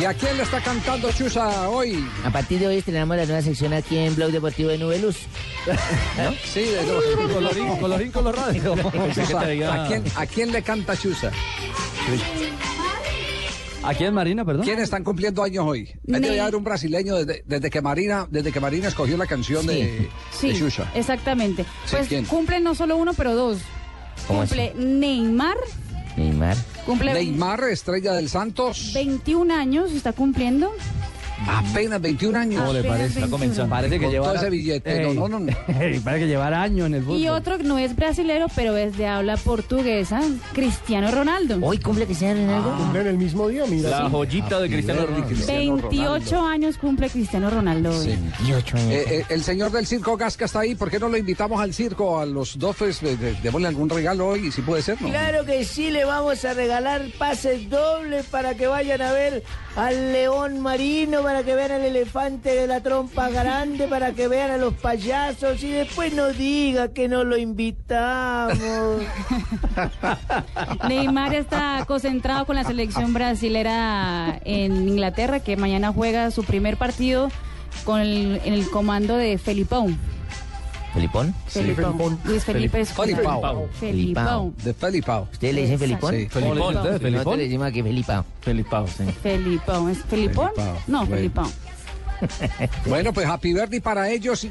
¿Y a quién le está cantando Chusa hoy? A partir de hoy estrenamos la nueva sección aquí en Blog Deportivo de Nube Luz. Sí, de los colorín, colorín colorado. Chusa, ¿a, quién, ¿A quién le canta Chusa? ¿A quién, Marina, perdón? ¿Quiénes están cumpliendo años hoy? Hay Debe haber un brasileño desde, desde que Marina, desde que Marina escogió la canción de, Sí, Eh, de Xuxa. exactamente. Sí, Pues ¿quién? cumplen no solo uno, pero dos. ¿Cómo cumple Neymar, Neymar. cumple Neymar, estrella del Santos, 21 años, está cumpliendo. apenas 21 años. le parece? Está comenzando. Parece que Con lleva. todo ese billete, no, Ey, no, no, no. ey, parece que llevar años en el fútbol. Y otro que no es brasilero, pero es de habla portuguesa, Cristiano Ronaldo. ¿Hoy cumple Cristiano Ronaldo? Cumplen el mismo día, mira. La joyita de Cristiano Verde, Ronaldo. Ah, Cristiano Ronaldo. 28 años cumple Cristiano Ronaldo hoy. Sí. 28 años. Eh, eh, el señor del circo Gasca está ahí. ¿Por qué no lo invitamos al circo? A los dos, pues, de- de- démosle algún regalo hoy, si puede ser, ¿no? Claro que sí, le vamos a regalar pases dobles para que vayan a ver al león marino, para que vean al elefante de la trompa grande, para que vean a los payasos y después no diga que no lo invitamos. Neymar está concentrado con la selección brasilera en Inglaterra, que mañana juega su primer partido con el, en el comando de Felipão. ¿Felipón? Felipão. Felipão. Luis Felipe Escolar. Felipão. Felipão. De Felipao. ¿Ustedes le dicen Exacto. Felipón? Sí, ¿Cómo le dicen Felipón. ustedes? Nosotros le ¿eh? ¿Felipón? decimos aquí Felipao. Felipao, sí. Felipão. ¿Es Felipón? Felipão. No, Bueno. Felipão. Bueno, pues Happy Verdi para ellos.